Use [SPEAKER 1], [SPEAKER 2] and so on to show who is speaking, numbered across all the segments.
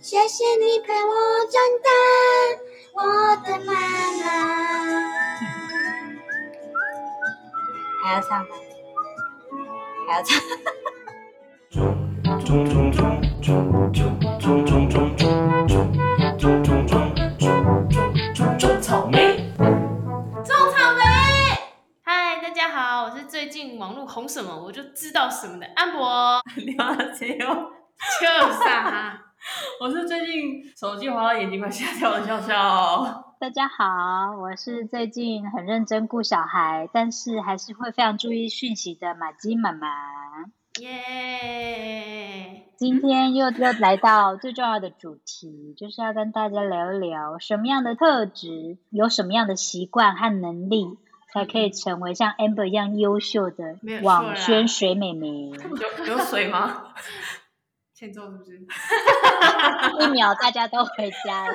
[SPEAKER 1] 谢谢你陪我长大，我的妈妈。还要唱吗？还要唱？
[SPEAKER 2] 嗨，大家好，我是最近网络红什么我就知道什么的安博， 啊
[SPEAKER 3] 你好，谁哟？
[SPEAKER 2] 就啥？
[SPEAKER 3] 我是最近手机滑到眼睛快瞎掉的笑笑。
[SPEAKER 4] 大家好，我是最近很认真顾小孩，但是还是会非常注意讯息的马姬妈妈。
[SPEAKER 2] 耶！
[SPEAKER 4] 今天又又来到最重要的主题，就是要跟大家聊一聊什么样的特质，有什么样的习惯和能力，才可以成为像 Amber 一样优秀的
[SPEAKER 2] 嗯没有错啦
[SPEAKER 4] 网宣水美 眉。
[SPEAKER 3] 有有水吗？
[SPEAKER 2] 欠揍是不是？
[SPEAKER 4] 一秒大家都回家了，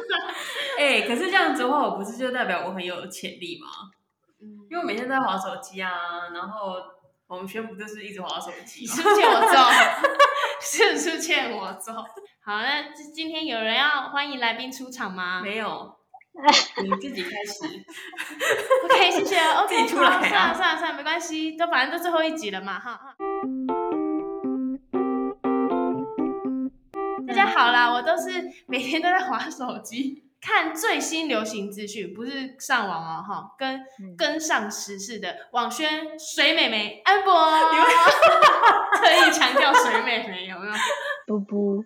[SPEAKER 3] 哎、可是这样子的话，我不是就代表我很有潜力吗？
[SPEAKER 2] 嗯
[SPEAKER 3] 因为我每天都在划手机啊，然后我们宣不就是一直划手机
[SPEAKER 2] 你
[SPEAKER 3] 吗
[SPEAKER 2] 是？不是欠我揍？ 是不是欠我揍？好，那今今天有人要欢迎来宾出场吗
[SPEAKER 3] 没有，你自己开始。
[SPEAKER 2] ？OK，谢 谢。OK，
[SPEAKER 3] 自己出来啊
[SPEAKER 2] 好算了算了算了，没关系，都反正都最后一集了嘛，哈。哈大家好啦，我都是每天都在划手机， 看最新流行资讯，不是上网哦，哈，跟
[SPEAKER 4] 嗯
[SPEAKER 2] 跟上时事的网宣水美眉安 博，特意强调水美眉有没有？
[SPEAKER 4] 布布。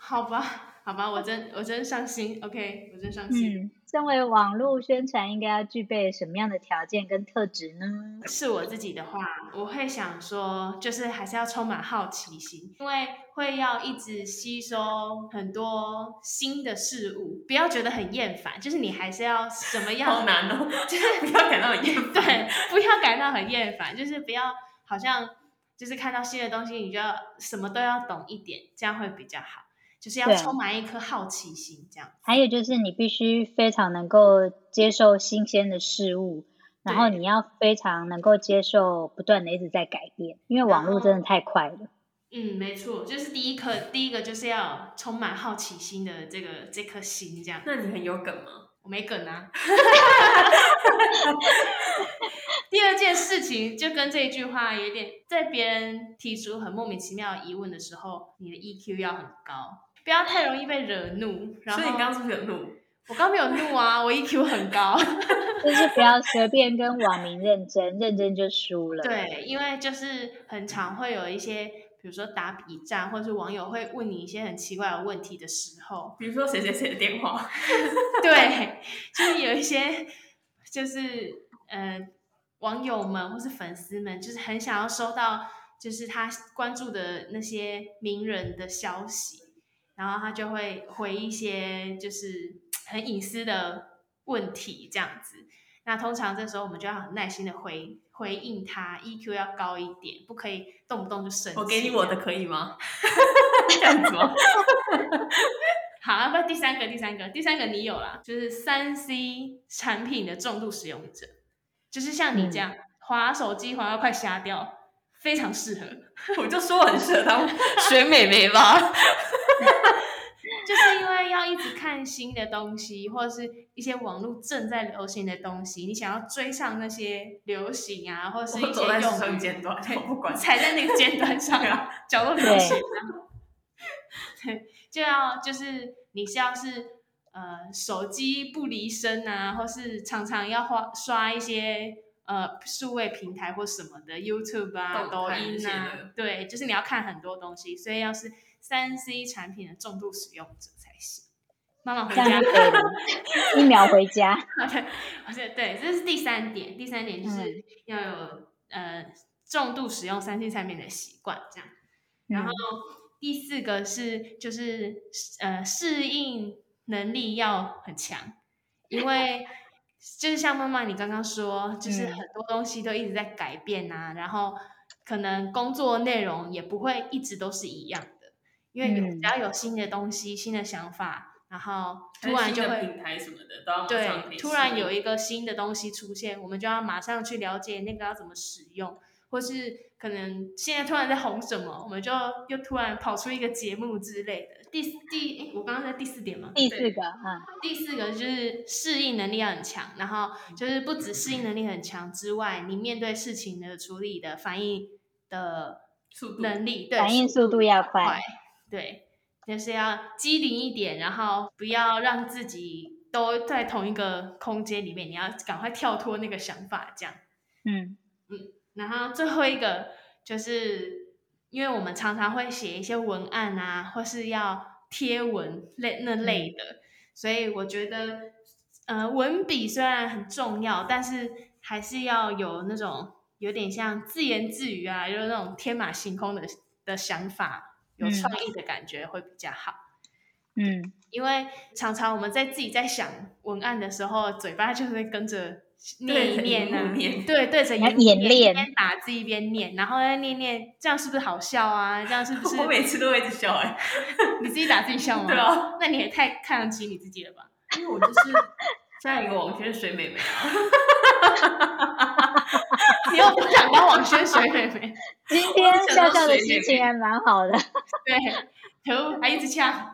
[SPEAKER 2] 好吧，好吧，我真我真上心，OK，我真上心，
[SPEAKER 4] 嗯，身为网络宣传，应该要具备什么样的条件跟特质呢？
[SPEAKER 2] 是我自己的话，我会想说，就是还是要充满好奇心，因为会要一直吸收很多新的事物，不要觉得很厌烦，就是你还是要什么样
[SPEAKER 3] 好难哦， 就是不要感到很厌 烦。
[SPEAKER 2] 对，不要感到很厌烦，就是不要好像就是看到新的东西，你就要什么都要懂一点，这样会比较好，就是要
[SPEAKER 4] 对
[SPEAKER 2] 充满一颗好奇心，这样。
[SPEAKER 4] 还有就是你必须非常能够接受新鲜的事物，然后
[SPEAKER 2] 对
[SPEAKER 4] 你要非常能够接受不断的一直在改变，因为网络真的
[SPEAKER 2] 哦
[SPEAKER 4] 太快了。
[SPEAKER 2] 嗯，没错，就是第一颗，第一个就是要充满好奇心的这个这颗心，这样。
[SPEAKER 3] 那你很有梗吗？
[SPEAKER 2] 我没梗啊。 第二件事情就跟这一句话有点，在别人提出很莫名其妙的疑问的时候，你的 EQ 要很高，不要太容易被惹怒。然
[SPEAKER 3] 所
[SPEAKER 2] 后
[SPEAKER 3] 以你刚刚是不是有怒？
[SPEAKER 2] 我刚没有怒啊，我 EQ 很 高。
[SPEAKER 4] 就是不要随便跟网民认真，认真就输了。，
[SPEAKER 2] 对，因为就是很常会有一些，比如说打比战，或者是网友会问你一些很奇怪的问题的时候，
[SPEAKER 3] 比如说谁谁谁的电话，
[SPEAKER 2] 对，就是有一些就是呃网友们或是粉丝们，就是很想要收到就是他关注的那些名人的消息，然后他就会回一些就是很隐私的问题这样子。那通常这时候我们就要很耐心的回回应他，EQ 要高一点，不可以动不动就生气。
[SPEAKER 3] 我给你我的，可以吗？ 这样子吗？
[SPEAKER 2] 好，啊要不要第三个？第三个，第三个你有啦，就是三 C 产品的重度使用者，就是像你这样划、手机划到快瞎掉，非常适合。
[SPEAKER 3] 我就说我很适合 当水美眉吧。
[SPEAKER 2] 就是因为要一直看新的东西，或者是一些网络正在流行的东西，你想要追上那些流行啊，或者是
[SPEAKER 3] 我
[SPEAKER 2] 一些
[SPEAKER 3] 走在时
[SPEAKER 2] 用
[SPEAKER 3] 尚
[SPEAKER 2] 语，
[SPEAKER 3] 尖端，我不管。
[SPEAKER 2] 踩在那个尖端上啊，角落流行啊。 对，就要就是你像是呃手机不离身啊，或是常常要花刷一些呃数位平台或什么的 YouTube 啊、
[SPEAKER 3] 动
[SPEAKER 2] 抖
[SPEAKER 3] 态
[SPEAKER 2] 音
[SPEAKER 3] 那些的
[SPEAKER 2] 啊，对，就是你要看很多东西，所以要是三 C 产品的重度使用者才行。妈 妈回
[SPEAKER 4] 这样
[SPEAKER 2] 家
[SPEAKER 4] 就可以了，一秒回家。
[SPEAKER 2] 对，我觉得对，这是第三点。第三点就是
[SPEAKER 4] 嗯
[SPEAKER 2] 要有、呃重度使用三 C 产品的习惯，这样。
[SPEAKER 4] 嗯
[SPEAKER 2] 然后第四个是就是呃适应能力要很强，因为就是像妈妈你刚刚说，就是
[SPEAKER 4] 嗯
[SPEAKER 2] 很多东西都一直在改变啊，然后可能工作内容也不会一直都是一样的，因为有、
[SPEAKER 4] 嗯
[SPEAKER 2] 只要有新的东西、新的想法，然后突
[SPEAKER 3] 还
[SPEAKER 2] 然
[SPEAKER 3] 是
[SPEAKER 2] 就
[SPEAKER 3] 新的
[SPEAKER 2] 会
[SPEAKER 3] 平台什么的都要马上可
[SPEAKER 2] 对，
[SPEAKER 3] 以
[SPEAKER 2] 突然
[SPEAKER 3] 适应
[SPEAKER 2] 有一个新的东西出现，我们就要马上去了解那个要怎么使用，或是可能现在突然在红什么，我们就又突然跑出一个节目之类的。第四第诶我刚刚在第四点嘛，
[SPEAKER 4] 第四个啊，
[SPEAKER 2] 第四个就是适应能力要很强，然后就是不止适应能力很强之外，你面对事情的处理的反应的
[SPEAKER 3] 速度
[SPEAKER 2] 能力，对，
[SPEAKER 4] 反应速度要
[SPEAKER 2] 快
[SPEAKER 4] 快，，
[SPEAKER 2] 对，就是要机灵一点，然后不要让自己都在同一个空间里面，你要赶快跳脱那个想法，这样。
[SPEAKER 4] 嗯
[SPEAKER 2] 然后最后一个就是，因为我们常常会写一些文案啊，或是要贴文类那类的，所以我觉得，呃，文笔虽然很重要，但是还是要有那种有点像自言自语啊，就是那种天马行空的的想法，有
[SPEAKER 4] 嗯
[SPEAKER 2] 创意的感觉会比较好。
[SPEAKER 4] 嗯，
[SPEAKER 2] 因为常常我们在自己在想文案的时候，嘴巴就会跟着念一念
[SPEAKER 3] 对着荧
[SPEAKER 2] 啊
[SPEAKER 3] 幕，念
[SPEAKER 2] 对，对着
[SPEAKER 4] 要
[SPEAKER 2] 荧幕
[SPEAKER 4] 演
[SPEAKER 2] 念
[SPEAKER 4] 练
[SPEAKER 2] 一边打字一边念，然后再念念，这样是不是好笑啊？这样是不是
[SPEAKER 3] 我每次都会一直笑哎、
[SPEAKER 2] 你自己打自己笑吗？
[SPEAKER 3] 对啊，
[SPEAKER 2] 那你也太看得起你自己了吧？
[SPEAKER 3] 因为我 就是下一个王轩水妹妹啊，
[SPEAKER 2] 你又不想当网宣水妹妹，
[SPEAKER 4] 今天
[SPEAKER 3] 想
[SPEAKER 4] 笑
[SPEAKER 3] 到
[SPEAKER 4] 笑的
[SPEAKER 3] 水
[SPEAKER 4] 心
[SPEAKER 3] 妹
[SPEAKER 4] 情还蛮好的，
[SPEAKER 2] 对，可恶，还一直呛。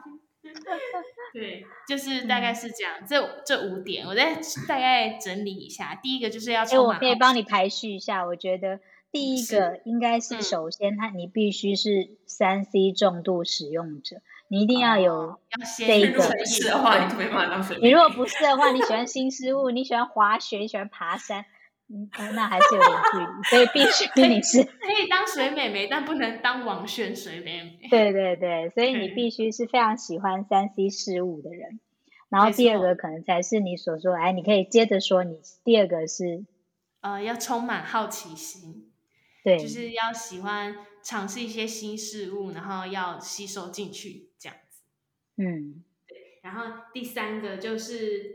[SPEAKER 3] 对，
[SPEAKER 2] 就是大概是这样，这这五点，我再大概整理一下。第一个就是要
[SPEAKER 4] 哎，
[SPEAKER 2] 充
[SPEAKER 4] 我
[SPEAKER 2] 满好
[SPEAKER 4] 可以帮你排序一下。我觉得第一个应该是
[SPEAKER 2] 嗯
[SPEAKER 4] 首先，它你必须是三 C 重度使用者，你一定要有。
[SPEAKER 2] 要先
[SPEAKER 4] 这一
[SPEAKER 3] 如
[SPEAKER 4] 个
[SPEAKER 3] 果不是的话，你就没办法当水妹妹。
[SPEAKER 4] 你如果不是的话，你喜欢新事物，你喜欢滑雪，你喜欢爬山，嗯，呃那还是有点距离，所以必须你是
[SPEAKER 2] 可以当水美眉，但不能当网宣水美眉。
[SPEAKER 4] 对对对，所以你
[SPEAKER 2] 嗯
[SPEAKER 4] 必须是非常喜欢三 C 事物的人。然后
[SPEAKER 2] 没
[SPEAKER 4] 第二
[SPEAKER 2] 错
[SPEAKER 4] 个可能才是你所说，哎，你可以接着说你第二个是
[SPEAKER 2] 呃，要充满好奇心，
[SPEAKER 4] 对，
[SPEAKER 2] 就是要喜欢尝试一些新事物，然后要吸收进去这样子。
[SPEAKER 4] 嗯
[SPEAKER 2] 然后第三个就是，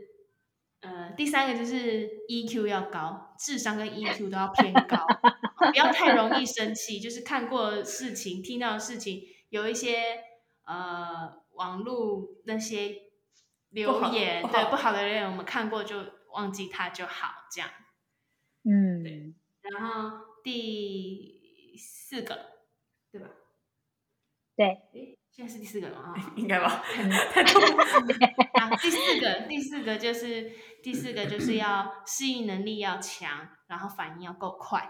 [SPEAKER 2] 呃，第三个就是 EQ 要高，智商跟 EQ 都要偏高， 不要太容易生气。就是看过的事情、听到的事情，有一些呃网络那些
[SPEAKER 3] 不
[SPEAKER 2] 留
[SPEAKER 3] 好
[SPEAKER 2] 言，
[SPEAKER 3] 不
[SPEAKER 2] 对
[SPEAKER 3] 好
[SPEAKER 2] 不好的留言，我们看过就忘记它就好，这样。
[SPEAKER 4] 嗯，
[SPEAKER 2] 然后第四个，对吧？
[SPEAKER 4] 对，
[SPEAKER 2] 诶，现在是第四个 了啊。
[SPEAKER 3] 应该吧？
[SPEAKER 4] 嗯
[SPEAKER 2] 啊，第四个，第四个就是第四个就是要适应能力要强，然后反应要够快。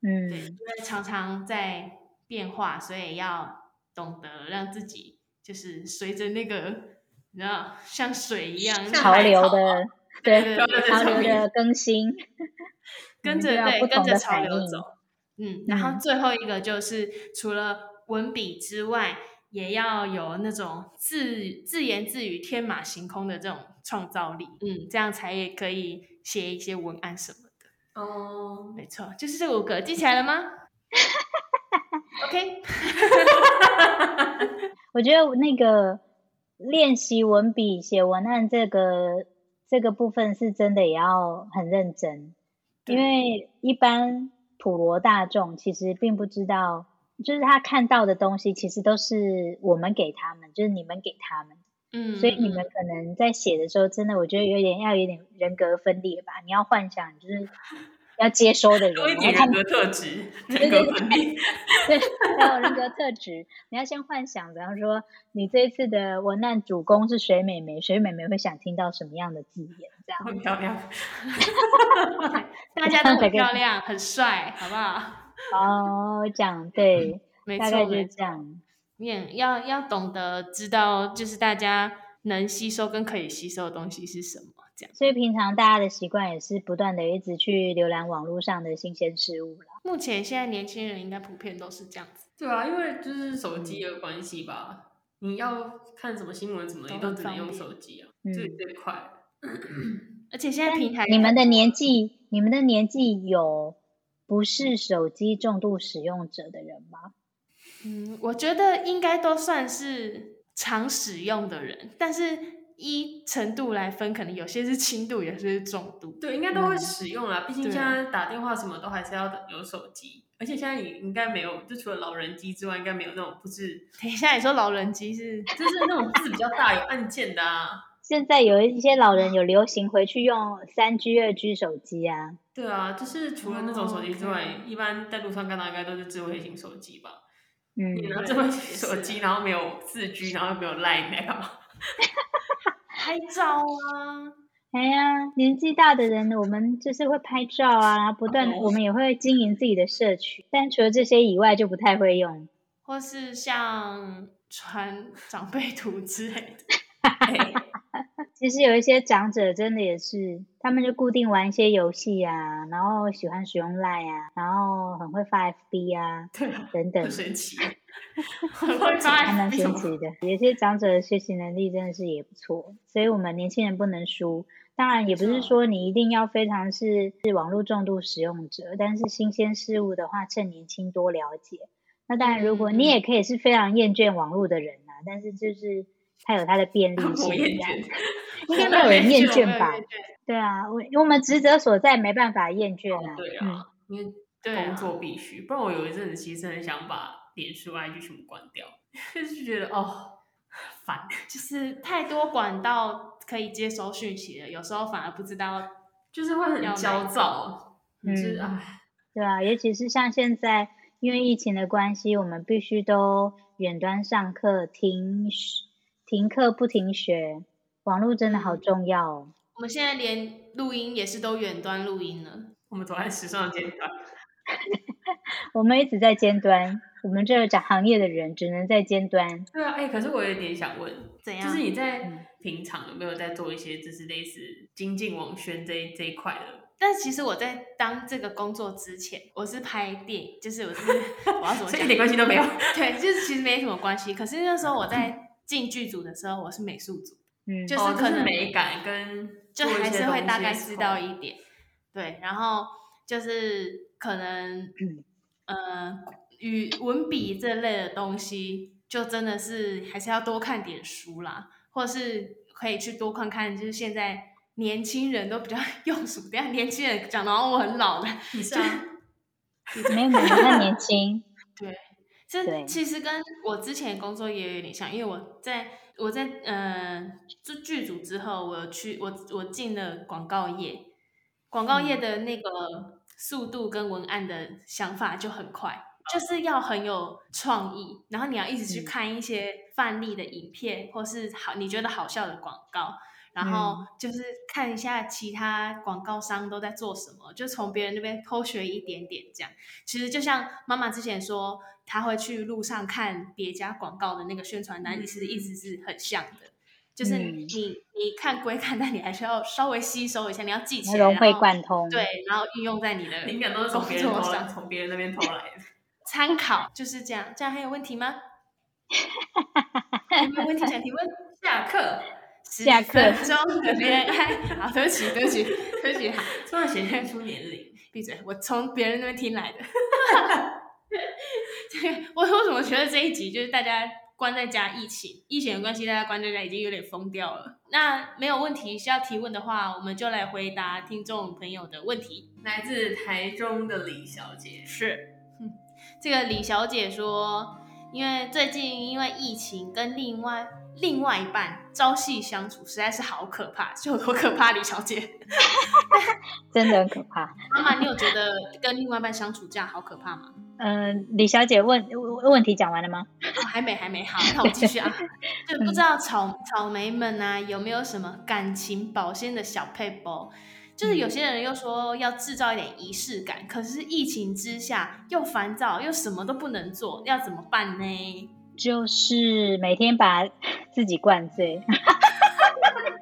[SPEAKER 2] 对，因
[SPEAKER 4] 嗯
[SPEAKER 2] 为常常在变化，所以要懂得让自己就是随着那个，你知道，像水一样
[SPEAKER 3] 像
[SPEAKER 4] 潮
[SPEAKER 3] 海
[SPEAKER 4] 流
[SPEAKER 3] 草
[SPEAKER 4] 的
[SPEAKER 2] 对
[SPEAKER 4] 对
[SPEAKER 2] 对
[SPEAKER 3] 对
[SPEAKER 2] 对
[SPEAKER 4] 潮
[SPEAKER 3] 上
[SPEAKER 4] 流
[SPEAKER 3] 面
[SPEAKER 4] 的更新，
[SPEAKER 2] 跟
[SPEAKER 4] 你
[SPEAKER 2] 着
[SPEAKER 4] 就要
[SPEAKER 2] 对
[SPEAKER 4] 不
[SPEAKER 2] 跟
[SPEAKER 4] 同
[SPEAKER 2] 着
[SPEAKER 4] 的
[SPEAKER 2] 潮
[SPEAKER 4] 反
[SPEAKER 2] 流
[SPEAKER 4] 应，
[SPEAKER 2] 走。嗯，然后
[SPEAKER 4] 嗯
[SPEAKER 2] 最后一个就是除了文笔之外，也要有那种自自言自语、天马行空的这种创造力。嗯，这样才也可以写一些文案什么的。
[SPEAKER 3] 哦，
[SPEAKER 2] 没错，就是这五个，记起来了吗？OK，
[SPEAKER 4] 我觉得那个练习文笔、写文案这个这个部分是真的也要很认真，
[SPEAKER 2] 对
[SPEAKER 4] 因为一般普罗大众其实并不知道，就是他看到的东西其实都是我们给他们，就是你们给他们，
[SPEAKER 2] 嗯，
[SPEAKER 4] 所以你
[SPEAKER 2] 嗯
[SPEAKER 4] 们可能在写的时候，真的我觉得有点要有点人格分裂吧，你要幻想你就是要接收 的人，
[SPEAKER 3] 多一
[SPEAKER 4] 然后
[SPEAKER 3] 点
[SPEAKER 4] 他
[SPEAKER 3] 人
[SPEAKER 4] 们
[SPEAKER 3] 格特质，
[SPEAKER 4] 对
[SPEAKER 3] 人
[SPEAKER 4] 对
[SPEAKER 3] 格分裂。
[SPEAKER 4] 对，还有人格特质，你要先幻想，比方说你这一次的文案主攻是水美眉，水美眉会想听到什么样的字眼？这 样，
[SPEAKER 3] 很漂亮，
[SPEAKER 2] 大家
[SPEAKER 4] 这
[SPEAKER 2] 都很
[SPEAKER 4] 个
[SPEAKER 2] 漂亮，很帅，好不好？
[SPEAKER 4] 哦，这样对，
[SPEAKER 2] 嗯没
[SPEAKER 4] 大
[SPEAKER 2] 错，
[SPEAKER 4] 概就
[SPEAKER 2] 没
[SPEAKER 4] 是
[SPEAKER 2] 错
[SPEAKER 4] 这样。
[SPEAKER 2] 你也要要懂得知道，就是大家能吸收跟可以吸收的东西是什么，这样。
[SPEAKER 4] 所以平常大家的习惯也是不断的一直去浏览网络上的新鲜事物啦。
[SPEAKER 2] 目前现在年轻人应该普遍都是这样子，
[SPEAKER 3] 对啊，因为就是手机的关系吧，你要看什么新闻什么的，你
[SPEAKER 2] 都
[SPEAKER 3] 都
[SPEAKER 2] 很
[SPEAKER 3] 只能用
[SPEAKER 2] 方便
[SPEAKER 3] 手机啊，
[SPEAKER 4] 嗯
[SPEAKER 3] 这最快。
[SPEAKER 2] 而且现在平台
[SPEAKER 4] 你们的年纪，你们的年纪有不是手机重度使用者的人吗？
[SPEAKER 2] 嗯，我觉得应该都算是常使用的人，但是依程度来分，可能有些是轻度，有些是重度。
[SPEAKER 3] 对，应该都会
[SPEAKER 4] 嗯啊
[SPEAKER 3] 使用啦，毕竟
[SPEAKER 2] 对
[SPEAKER 3] 现在打电话什么都还是要有手机，而且现在你应该没有，就除了老人机之外，应该没有那种不是，
[SPEAKER 2] 等一下，你说老人机是
[SPEAKER 3] 就是那种字比较大有按键的啊，
[SPEAKER 4] 现在有一些老人有流行回去用三 G、二 G 手机啊，
[SPEAKER 3] 对啊，就是除了那种手机之外，
[SPEAKER 2] 哦
[SPEAKER 3] 一般在路上看到应该都是智慧型手机吧？你
[SPEAKER 4] 嗯，
[SPEAKER 3] 拿智慧型手
[SPEAKER 4] 啊
[SPEAKER 3] 机，然后没有四 G，然后又没有 Line，你 在 干嘛？
[SPEAKER 2] 拍照啊，
[SPEAKER 4] 哎呀，年纪大的人，我们就是会拍照啊，然后不断，
[SPEAKER 3] 哦
[SPEAKER 4] 我们也会经营自己的社区，但除了这些以外，就不太会用。
[SPEAKER 2] 或是像传长辈图之类的。
[SPEAKER 3] 哎
[SPEAKER 4] 其实有一些长者真的也是，他们就固定玩一些游戏啊，然后喜欢使用 Line 啊，然后很会发 FB 啊
[SPEAKER 3] 对啊，
[SPEAKER 4] 等等
[SPEAKER 3] 很，神奇，
[SPEAKER 2] 很会发
[SPEAKER 4] 还蛮
[SPEAKER 2] FB
[SPEAKER 4] 神奇的。有些长者的学习能力真的是也不错，所以我们年轻人不能输。当然，也不是
[SPEAKER 3] 没错
[SPEAKER 4] 说你一定要非常是是网络重度使用者，但是新鲜事物的话，趁年轻多了解。那当然，如果你
[SPEAKER 3] 嗯
[SPEAKER 4] 也可以是非常厌倦网络的人啊，但是就是它有它的便利性，
[SPEAKER 3] 我
[SPEAKER 4] 这
[SPEAKER 3] 厌
[SPEAKER 4] 样
[SPEAKER 3] 倦。
[SPEAKER 4] 应该没有人厌倦吧
[SPEAKER 2] 我没有厌？倦
[SPEAKER 4] 对啊，我我们职责所在，没办法厌倦啊。
[SPEAKER 3] 哦对
[SPEAKER 4] 嗯，
[SPEAKER 3] 啊，因为
[SPEAKER 2] 对啊
[SPEAKER 3] 工作必须，不然我有一阵子其实很想把脸书、IG 全部关掉， 就是觉得哦烦。
[SPEAKER 2] 就是太多管道可以接收讯息了，有时候反而不知道。
[SPEAKER 3] 就是会很
[SPEAKER 2] 要
[SPEAKER 3] 焦躁，
[SPEAKER 4] 嗯
[SPEAKER 3] 就是唉，
[SPEAKER 4] 对啊，尤其是像现在，因为疫情的关系，我们必须都远端上课，停学停课不停学，网络真的
[SPEAKER 2] 嗯
[SPEAKER 4] 好重要哦。
[SPEAKER 2] 我们现在连录音也是都远端录音了，
[SPEAKER 3] 我们走在时尚的阶段，
[SPEAKER 4] 我们一直在尖端，我们这个行业的人只能在尖端。
[SPEAKER 3] 对啊，哎、可是我有点想问，
[SPEAKER 2] 怎样？
[SPEAKER 3] 就是你
[SPEAKER 4] 嗯
[SPEAKER 3] 在平常有没有在做一些就是类似精进网宣这一这一块的？
[SPEAKER 2] 但其实我在当这个工作之前，我是拍电影，就是 我是我要怎么
[SPEAKER 3] 所以
[SPEAKER 2] 讲
[SPEAKER 3] 一点？关系都没有。
[SPEAKER 2] 对，就是其实没什么关系。可是那时候我在进剧组的时候，我是美术组，
[SPEAKER 4] 嗯，
[SPEAKER 2] 就是
[SPEAKER 3] 哦
[SPEAKER 2] 可能
[SPEAKER 3] 美感跟
[SPEAKER 2] 就
[SPEAKER 3] 做一
[SPEAKER 2] 还
[SPEAKER 3] 些
[SPEAKER 2] 是会
[SPEAKER 3] 东
[SPEAKER 2] 大
[SPEAKER 3] 西
[SPEAKER 2] 概
[SPEAKER 3] 的时
[SPEAKER 2] 知道
[SPEAKER 3] 候
[SPEAKER 2] 一点。对，然后就是可能
[SPEAKER 4] 嗯
[SPEAKER 2] 呃语文笔这类的东西，就真的是还是要多看点书啦，或是可以去多看看，就是现在。年轻人都比较 用什么？等一下年轻人讲，然后我很老了，
[SPEAKER 3] 你是啊，
[SPEAKER 4] 没有没有，那年 轻，对
[SPEAKER 2] 这其实跟我之前的工作也有点像，因为我在我在呃就剧组之后，我有去我我进了广告业，广告
[SPEAKER 4] 嗯
[SPEAKER 2] 业的那个速度跟文案的想法就很快，就是要很有创意，然后你要一直去
[SPEAKER 4] 哦嗯
[SPEAKER 2] 看一些范例的影片，或是好你觉得好笑的广告，然后
[SPEAKER 4] 嗯
[SPEAKER 2] 就是看一下其他广告商都在做什么，就从别人那边偷学一点点这样。其实就像妈妈之前说，她会去路上看别家广告的那个宣传单，
[SPEAKER 3] 嗯
[SPEAKER 2] 其实一直是很像的。就是
[SPEAKER 4] 嗯
[SPEAKER 2] 你、你看归看，但你还是要稍微吸收一下，你要记起来，
[SPEAKER 4] 融会
[SPEAKER 2] 然后
[SPEAKER 4] 贯通。
[SPEAKER 2] 对，，然后运用在你的
[SPEAKER 3] 灵感都是从别人
[SPEAKER 2] 工
[SPEAKER 3] 偷
[SPEAKER 2] 作
[SPEAKER 3] 来，
[SPEAKER 2] 上
[SPEAKER 3] 从别人那边偷来的。
[SPEAKER 2] 参考，就是这样。这样还有问 题吗？有没有问题想提问？
[SPEAKER 3] 下课，
[SPEAKER 2] 十
[SPEAKER 4] 下课
[SPEAKER 2] 分钟的恋爱，好，对不起，对不起，对不起，好，
[SPEAKER 3] 突然显现出年龄，
[SPEAKER 2] 闭嘴！我从别人那边听来的。 这个我我怎么觉得这一集就是大家关在家疫情，疫情的关系，大家关在家已经有点疯掉了。那没有问题，需要提问的话，我们就来回答听众朋友的问题。
[SPEAKER 3] 来自台中的李小姐。
[SPEAKER 2] 是，嗯，这个李小姐说，因为最近因为疫情跟另外另外一半朝夕相处，实在是好可怕，就有多可怕？李小姐，
[SPEAKER 4] 真的很可怕。
[SPEAKER 2] 妈妈，你有觉得跟另外一半相处这样好可怕吗？
[SPEAKER 4] 嗯、李小姐问问问题讲完了吗？
[SPEAKER 2] 哦还没，还没好，那我继续啊。就是不知道草草莓们啊，有没有什么感情保鲜的小配包？就是有些人又说要制造一点仪式感，可是疫情之下又烦躁，又什么都不能做，要怎么办呢？
[SPEAKER 4] 就是每天把自己灌醉。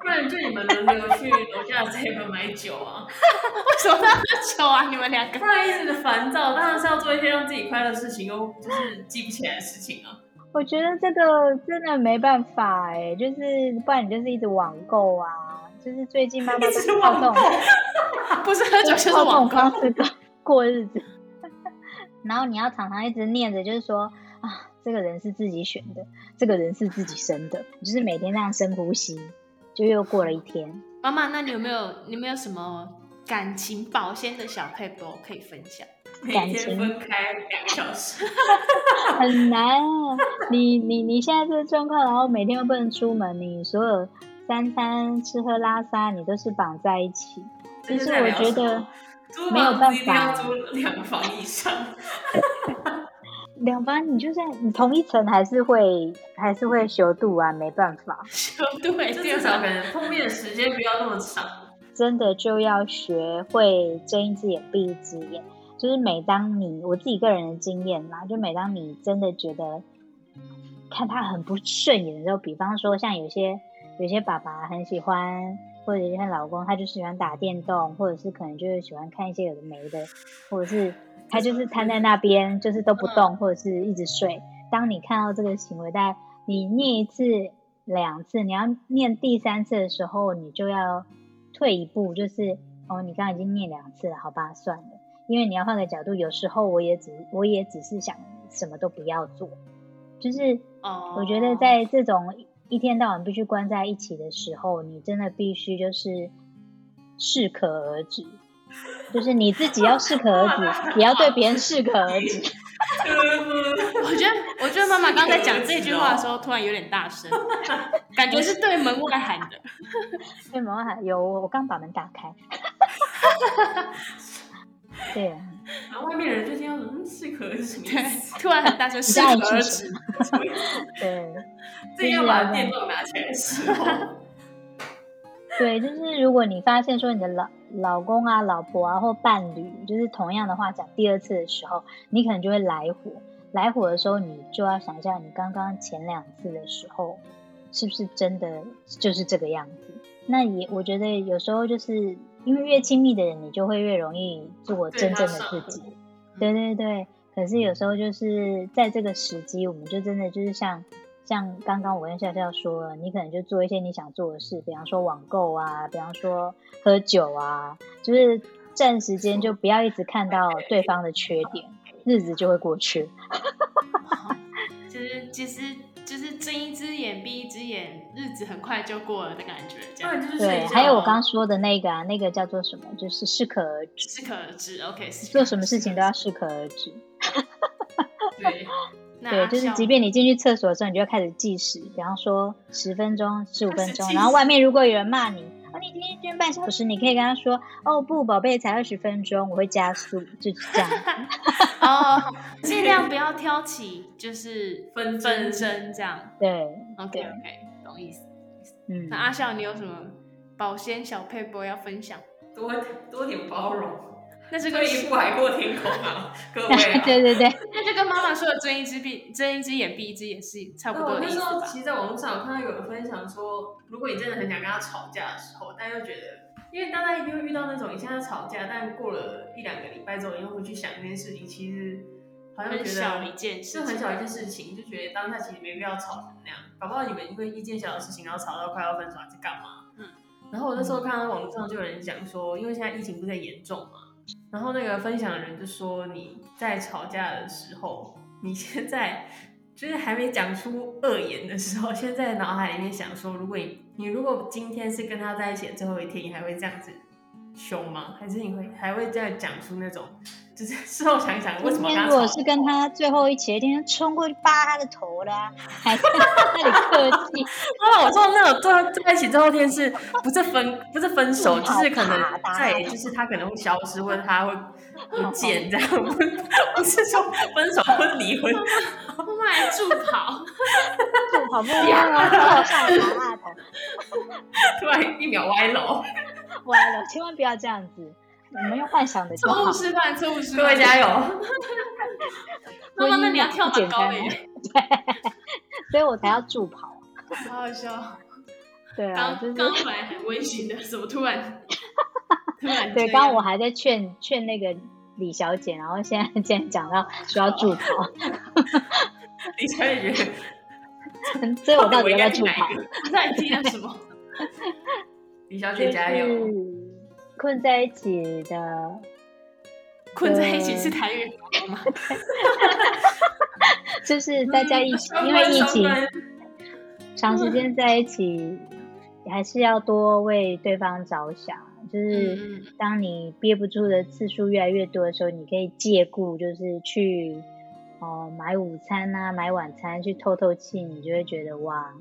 [SPEAKER 3] 不然就你们轮流去楼下 seven 买酒啊，
[SPEAKER 2] 为什么要喝酒啊？你们两个
[SPEAKER 3] 不然一直的烦躁，当然是要做一些让自己快乐的事情，又就是记不起来的事情啊。
[SPEAKER 4] 我觉得这个真的没办法哎、就是不然你就是一直网购啊，就是最近妈妈都
[SPEAKER 3] 一直
[SPEAKER 4] 是靠这
[SPEAKER 3] 网
[SPEAKER 4] 种
[SPEAKER 3] 购，
[SPEAKER 2] 不是喝酒就是
[SPEAKER 4] 靠这
[SPEAKER 2] 网
[SPEAKER 4] 种
[SPEAKER 2] 购，
[SPEAKER 4] 方式过过日子， 然后你要常常一直念着，就是说啊，这个人是自己选的，这个人是自己生的，你就是每天那样深呼吸，就又过了一 天。
[SPEAKER 2] 妈妈，那你有没有你有没有什么感情保鲜的小配包可以分享？
[SPEAKER 3] 每
[SPEAKER 4] 感
[SPEAKER 3] 天
[SPEAKER 4] 情
[SPEAKER 3] 分开两个小时，
[SPEAKER 4] 很难啊！你你你现在这个状况，然后每天又不能出门，你所有三餐吃喝拉撒你都是绑在一起。
[SPEAKER 3] 这
[SPEAKER 4] 其
[SPEAKER 3] 是
[SPEAKER 4] 实
[SPEAKER 3] 在
[SPEAKER 4] 我
[SPEAKER 3] 聊
[SPEAKER 4] 觉
[SPEAKER 3] 什么
[SPEAKER 4] 得
[SPEAKER 3] 租
[SPEAKER 4] 没有
[SPEAKER 3] 房
[SPEAKER 4] 办
[SPEAKER 3] 子一定
[SPEAKER 4] 法
[SPEAKER 3] 要租两房以上，
[SPEAKER 4] 两班你就算你同一层还是会还是会修度啊，没办法，
[SPEAKER 2] 对，
[SPEAKER 3] 就
[SPEAKER 2] 对
[SPEAKER 3] 至少可能碰面的时间不要那么长。
[SPEAKER 4] 真的就要学会睁一只眼闭一只眼。就是每当你我自己个人的经验啦，就每当你真的觉得看他很不顺眼的时候，比方说像有些有些爸爸很喜欢，或者是像老公他就喜欢打电动，或者是可能就是喜欢看一些有的没的，或者是他就是瘫在那边就是都不动，或者是一直睡。当你看到这个行为，大概你念一次、两次，你要念第三次的时候，你就要退一步，就是哦，你刚刚已经念两次了，好吧，算了，因为你要换个角度，有时候我也只我也只是想什么都不要做，就是
[SPEAKER 2] 哦，
[SPEAKER 4] 我觉得在这种一天到晚必须关在一起的时候，你真的必须就是适可而止，就是你自己要适可而止，也要对别人适可而止。
[SPEAKER 2] 哦我觉得，我觉得妈妈刚才讲这句话的时候，突然有点 大声，感觉是对门外喊的。
[SPEAKER 4] 对，门外喊有我，我刚把门打开。 对啊，
[SPEAKER 3] 然后外面人就听到嗯，适可而止什么意思？
[SPEAKER 2] 对，突然很大声，适
[SPEAKER 4] 在
[SPEAKER 2] 可而
[SPEAKER 4] 吃
[SPEAKER 2] 止。
[SPEAKER 4] 对
[SPEAKER 3] 这要把电动拿起来的时候，
[SPEAKER 4] 对，就是如果你发现说你的老老公啊、老婆啊或伴侣，就是同样的话讲第二次的时候，你可能就会来火。来火的时候，你就要想一下，你刚刚前两次的时候，是不是真的就是这个样子？那也我觉得有时候就是因为越亲密的人，你就会越容易做
[SPEAKER 3] 对
[SPEAKER 4] 真
[SPEAKER 3] 他
[SPEAKER 4] 正的
[SPEAKER 3] 上
[SPEAKER 4] 自
[SPEAKER 3] 火
[SPEAKER 4] 己。对对对，可是有时候就是在这个时机，我们就真的就是像像刚刚我跟笑笑说了，你可能就做一些你想做的事，比方说网购啊，比方说喝酒啊，就是占时间就不要一直看到对方的缺点，日子就会过去。
[SPEAKER 2] 就是其实就是睁一只眼闭一只眼，日子很快就过了的感觉，这样
[SPEAKER 3] 不然就是啊睡
[SPEAKER 4] 对，
[SPEAKER 3] 觉
[SPEAKER 4] 还有我刚刚说的那个啊，那个叫做什么，就是适可而止，
[SPEAKER 2] 适可而止。OK，适可
[SPEAKER 4] 做
[SPEAKER 2] 而止
[SPEAKER 4] 什么事情都要适可而止。
[SPEAKER 3] 对，
[SPEAKER 2] 那
[SPEAKER 4] 对，
[SPEAKER 2] 阿
[SPEAKER 4] 就是
[SPEAKER 2] 笑
[SPEAKER 4] 即便你进去厕所的时候，你就要开始计时，比方说十分钟、十五
[SPEAKER 3] 开
[SPEAKER 4] 分
[SPEAKER 3] 始
[SPEAKER 4] 钟，
[SPEAKER 3] 啊计
[SPEAKER 4] 然后
[SPEAKER 3] 时
[SPEAKER 4] 外面如果有人骂你，哦，你今天捐半小时，你可以跟他说，哦不，宝贝，才二十分钟，我会加速，就是这样。
[SPEAKER 2] 哦，尽量不要挑起就是
[SPEAKER 3] 纷争
[SPEAKER 2] 纷争这样。
[SPEAKER 4] 对，
[SPEAKER 2] OK OK，懂意思。
[SPEAKER 4] 嗯。
[SPEAKER 3] 啊
[SPEAKER 2] 那，阿笑，你有什么保鲜小配波要分享？
[SPEAKER 3] 多多点包容，
[SPEAKER 2] 那这个
[SPEAKER 3] 退一步海阔天空啊，各位啊
[SPEAKER 4] 对对对，
[SPEAKER 2] 那就跟妈妈说的睁一只闭睁一只眼闭一只眼是差不
[SPEAKER 3] 那我
[SPEAKER 2] 多的
[SPEAKER 3] 哦那
[SPEAKER 2] 意
[SPEAKER 3] 时
[SPEAKER 2] 思
[SPEAKER 3] 候
[SPEAKER 2] 吧？
[SPEAKER 3] 其实在网络上有看到有人分享说，如果你真的很想跟他吵架的时候，但又觉得，因为大家一定会遇到那种一下子吵架，但过了一两个礼拜之后，你又回去想这件事情，其实好像觉
[SPEAKER 2] 很小的一
[SPEAKER 3] 得
[SPEAKER 2] 件事情，
[SPEAKER 3] 是
[SPEAKER 2] 啊
[SPEAKER 3] 很小一件事情，就觉得当下其实没必要吵成那样。搞不好你们因为一件小的事情，然后吵到快要分手，还是干嘛？
[SPEAKER 2] 嗯。
[SPEAKER 3] 然后我那时候看到网络上就有人讲说，因为现在疫情不是很严重嘛，然后那个分享的人就说，你在吵架的时候，你现在就是还没讲出恶言的时候，先在脑海里面想说，如果你你如果今天是跟他在一起的最后一天，你还会这样子凶吗？还是你会还会再讲出那种，就是 事后想一想为什
[SPEAKER 4] 今
[SPEAKER 3] 么要
[SPEAKER 4] 天
[SPEAKER 3] 跟他
[SPEAKER 4] 如果
[SPEAKER 3] 吵？
[SPEAKER 4] 是跟他最后一起的一天，冲过去扒他的头啦，还在那里 客气，
[SPEAKER 3] 啊，我说那种在在一起最后一天是不是分不是分手，就是可能
[SPEAKER 4] 打打
[SPEAKER 3] 在就是他可能会消失，或者他会不见这样，不不是说分手或者离婚，
[SPEAKER 2] 妈妈还助 跑，
[SPEAKER 4] 就好不容易啊，跳上啊来扒他的头，
[SPEAKER 3] 突然一秒歪 楼。
[SPEAKER 4] 歪了，千万不要这样子，我们用幻想的就
[SPEAKER 2] 错
[SPEAKER 4] 好
[SPEAKER 2] 误。示范，错误示范，
[SPEAKER 3] 各位加油！
[SPEAKER 2] 妈妈，那你要
[SPEAKER 4] 婚姻不
[SPEAKER 2] 跳蛮
[SPEAKER 4] 简
[SPEAKER 2] 高
[SPEAKER 4] 单啊
[SPEAKER 2] 的 耶，
[SPEAKER 4] 所以我才要助跑。
[SPEAKER 2] 好好笑。
[SPEAKER 4] 对啊，就
[SPEAKER 2] 刚
[SPEAKER 4] 是
[SPEAKER 2] 刚本来很温馨的，怎么突然 突然
[SPEAKER 4] 对，
[SPEAKER 2] 这
[SPEAKER 4] 刚
[SPEAKER 2] 样
[SPEAKER 4] 刚我还在劝劝那个李小姐，然后现在竟然讲到说要助跑，
[SPEAKER 3] 你才会觉得
[SPEAKER 4] 所以我到底
[SPEAKER 3] 哦
[SPEAKER 4] 要
[SPEAKER 3] 应
[SPEAKER 4] 不
[SPEAKER 3] 该
[SPEAKER 4] 要
[SPEAKER 3] 去
[SPEAKER 4] 助
[SPEAKER 3] 哪
[SPEAKER 4] 跑
[SPEAKER 3] 一？个？
[SPEAKER 2] 在听了什 么？
[SPEAKER 3] 李小
[SPEAKER 4] 就
[SPEAKER 3] 姐加油！
[SPEAKER 4] 是困在一起的，
[SPEAKER 2] 困在一起是台语吗？
[SPEAKER 4] 就是大家一起，因为疫
[SPEAKER 3] 双
[SPEAKER 4] 情
[SPEAKER 3] 关
[SPEAKER 4] 长时间在一起，还是要多为对方着想。就是
[SPEAKER 2] 嗯，
[SPEAKER 4] 当你憋不住的次数越来越多的时候，你可以借故就是去哦买午餐啊，买晚餐去透透气，你就会觉得哇，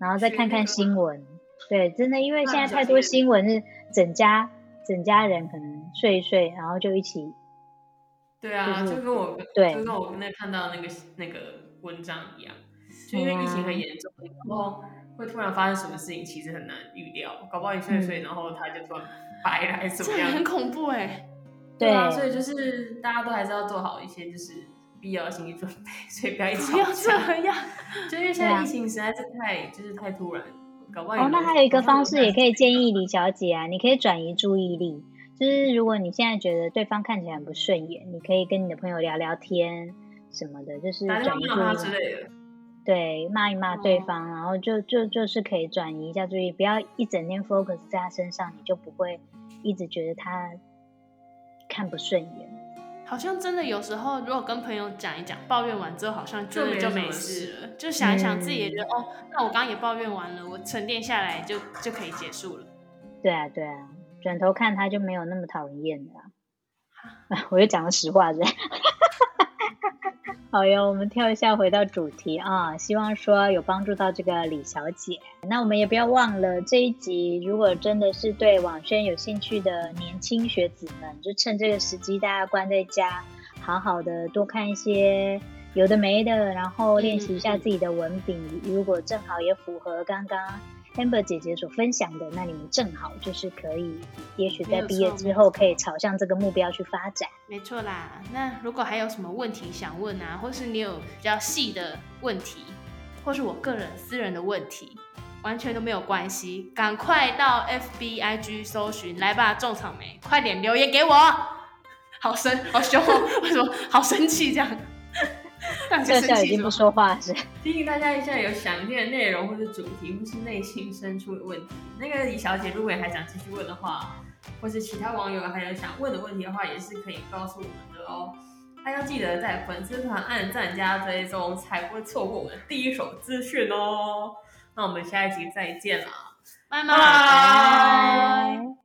[SPEAKER 4] 然后再
[SPEAKER 3] 学
[SPEAKER 4] 看
[SPEAKER 3] 那
[SPEAKER 4] 看
[SPEAKER 3] 个
[SPEAKER 4] 新闻。对，真的，因为
[SPEAKER 3] 那
[SPEAKER 4] 现在
[SPEAKER 3] 很
[SPEAKER 4] 太
[SPEAKER 3] 小
[SPEAKER 4] 多
[SPEAKER 3] 心
[SPEAKER 4] 新闻是整家整家人可能睡一睡，然后就一起
[SPEAKER 3] 对啊，
[SPEAKER 4] 就是
[SPEAKER 3] 就跟我
[SPEAKER 4] 对
[SPEAKER 3] 就跟我那看到那个那个文章一样，就因为疫情很严重，然后会突然发生什么事情，其实很难预料，搞不好你睡一
[SPEAKER 4] 嗯
[SPEAKER 3] 睡，然后它就突然白了还是怎
[SPEAKER 2] 这
[SPEAKER 3] 么
[SPEAKER 2] 很
[SPEAKER 3] 样，
[SPEAKER 2] 恐怖哎、
[SPEAKER 3] 对啊，
[SPEAKER 4] 对
[SPEAKER 3] 所以就是大家都还是要做好一些就是必要的心理准备， 所以不要一直
[SPEAKER 2] 不要这样，
[SPEAKER 3] 就因为现
[SPEAKER 4] 对
[SPEAKER 3] 在
[SPEAKER 4] 啊
[SPEAKER 3] 疫情实在是太就是太突然，搞不好
[SPEAKER 4] 哦，那还有一个方式也可
[SPEAKER 3] 以，
[SPEAKER 4] 以建议李小姐啊，你可以转移注意力，就是如果你现在觉得对方看起来很不顺眼，你可以跟你的朋友聊聊天什么的，就是
[SPEAKER 3] 打
[SPEAKER 4] 转移
[SPEAKER 3] 电话骂他之
[SPEAKER 4] 注意力，
[SPEAKER 3] 类的，
[SPEAKER 4] 对，骂一骂对
[SPEAKER 3] 哦
[SPEAKER 4] 方，然后就就就是可以转移一下注意，不要一整天 focus 在他身上，你就不会一直觉得他看不顺眼。
[SPEAKER 2] 好像真的有时候，如果跟朋友讲一讲，抱怨完之后，好像真的
[SPEAKER 3] 就
[SPEAKER 2] 就
[SPEAKER 3] 没什么
[SPEAKER 2] 没事
[SPEAKER 3] 事
[SPEAKER 2] 了，就想一想自己也
[SPEAKER 4] 嗯
[SPEAKER 2] 觉得、哦，那我刚刚也抱怨完了，我沉淀下来就就可以结束了。
[SPEAKER 4] 对啊，对啊，转头看他就没有那么讨人厌了啊、啊。我又讲了实话，对。好哟，我们跳一下回到主题啊，希望说有帮助到这个李小姐。那我们也不要忘了这一集，如果真的是对网宣有兴趣的年轻学子们，就趁这个时机，大家关在家，好好的多看一些有的没的，然后
[SPEAKER 2] 嗯
[SPEAKER 4] 练习一下自己的文笔。如果正好也符合刚刚 Amber 姐姐所分享的，那你们正好就是可以，也许
[SPEAKER 2] 没
[SPEAKER 4] 在
[SPEAKER 2] 有
[SPEAKER 4] 毕业
[SPEAKER 2] 错
[SPEAKER 4] 之后可以朝向这个目标去发展。
[SPEAKER 2] 没错啦，那如果还有什么问题想问啊，或是你有比较细的问题，或是我个人私人的问题，完全都没有关系，赶快到 FB IG 搜寻来吧，种草莓，快点留言给我，好生好凶、哦，为什么好生气这样？ 到底
[SPEAKER 4] 特
[SPEAKER 2] 是
[SPEAKER 4] 效
[SPEAKER 2] 生
[SPEAKER 4] 已
[SPEAKER 2] 气
[SPEAKER 4] 经
[SPEAKER 2] 什
[SPEAKER 4] 不
[SPEAKER 2] 么？
[SPEAKER 4] 说话了是。
[SPEAKER 3] 提醒大家一下，有想念的内容或者主题，或是内心深处的问题。那个李小姐，如果你还想继续问的话，或是其他网友还有想问的问题的话，也是可以告诉我们的哦。还要记得在粉丝团按赞加追踪，才不会错过我们第一手资讯哦。那我们下一集再见啦！
[SPEAKER 2] 拜
[SPEAKER 3] 拜
[SPEAKER 2] 拜。
[SPEAKER 4] 拜